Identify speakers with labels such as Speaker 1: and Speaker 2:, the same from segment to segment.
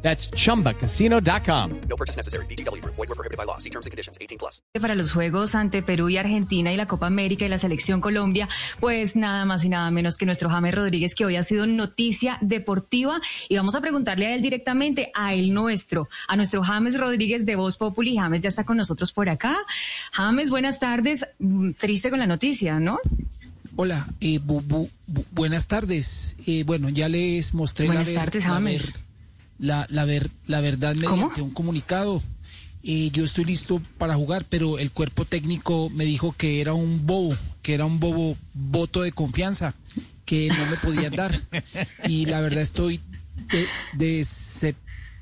Speaker 1: That's chumbacasino.com.
Speaker 2: No purchase necessary. BGW. Void were prohibited by law. See terms and conditions. 18 plus.
Speaker 3: para los Juegos ante Perú y Argentina y la Copa América y la Selección Colombia, pues nada más y nada menos que nuestro James Rodríguez, que hoy ha sido noticia deportiva. Y vamos a preguntarle a él directamente, a él nuestro, a nuestro James Rodríguez de Voz Populi. James ya está con nosotros por acá. James, buenas tardes. Mm, Triste con la noticia, ¿no?
Speaker 4: Hola, eh, bu- bu- bu- buenas tardes. Eh, bueno, ya les mostré
Speaker 3: Buenas
Speaker 4: la, ver-
Speaker 3: tardes,
Speaker 4: la,
Speaker 3: James.
Speaker 4: ver- la, la ver- la verdad mediante
Speaker 3: ¿Cómo?
Speaker 4: un comunicado. Eh, yo estoy listo para jugar, pero el cuerpo técnico me dijo que era un bobo, que era un bobo voto de confianza, que no me podían dar. y la verdad estoy de, dece-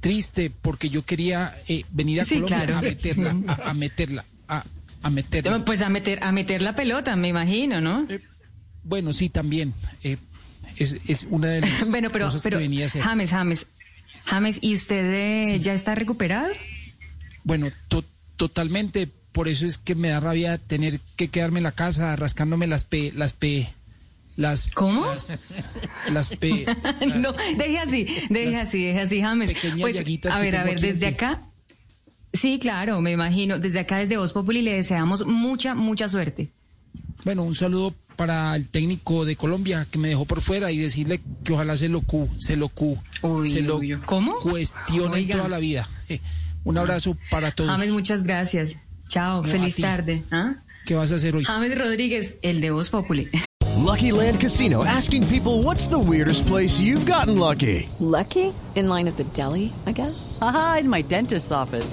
Speaker 4: triste porque yo quería eh, venir a
Speaker 3: Sí,
Speaker 4: Colombia
Speaker 3: claro.
Speaker 4: a meterla, a, a meterla, a, a meterla.
Speaker 3: Pues a meter, a meter la pelota, me imagino, ¿no?
Speaker 4: Bueno, sí, también. eh, es, es una de las
Speaker 3: Bueno, pero,
Speaker 4: cosas
Speaker 3: pero
Speaker 4: que venía a hacer.
Speaker 3: James, James, James, ¿y usted eh, ya está recuperado?
Speaker 4: Bueno, to- totalmente. Por eso es que me da rabia tener que quedarme en la casa rascándome las pe, las pe, las.
Speaker 3: ¿Cómo?
Speaker 4: Las, las pe.
Speaker 3: no, deje así, deje
Speaker 4: las
Speaker 3: así, deje así, James. Pues,
Speaker 4: pequeñas llaguitas
Speaker 3: a
Speaker 4: que
Speaker 3: ver, a
Speaker 4: tengo
Speaker 3: ver,
Speaker 4: aquí en
Speaker 3: desde
Speaker 4: el pie.
Speaker 3: acá. Sí, claro, me imagino. Desde acá, desde Voz Populi, le deseamos mucha, mucha suerte.
Speaker 4: Bueno, un saludo para el técnico de Colombia que me dejó por fuera y decirle que ojalá se lo cu, se lo cu,
Speaker 3: Uy,
Speaker 4: se lo
Speaker 3: uy, uy. ¿Cómo?
Speaker 4: cuestione
Speaker 3: Oiga.
Speaker 4: toda la vida. Eh, un abrazo para todos.
Speaker 3: James, muchas gracias. Chao,
Speaker 4: Pues No,
Speaker 3: feliz
Speaker 4: a ti.
Speaker 3: tarde. ¿ah?
Speaker 4: ¿Qué vas a hacer hoy?
Speaker 3: James Rodríguez, el de Voz Populi.
Speaker 5: Lucky Land Casino asking people what's the weirdest place you've gotten lucky?
Speaker 6: Lucky? In line at the deli, I guess?
Speaker 7: Aha, in my dentist's office.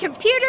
Speaker 8: Computer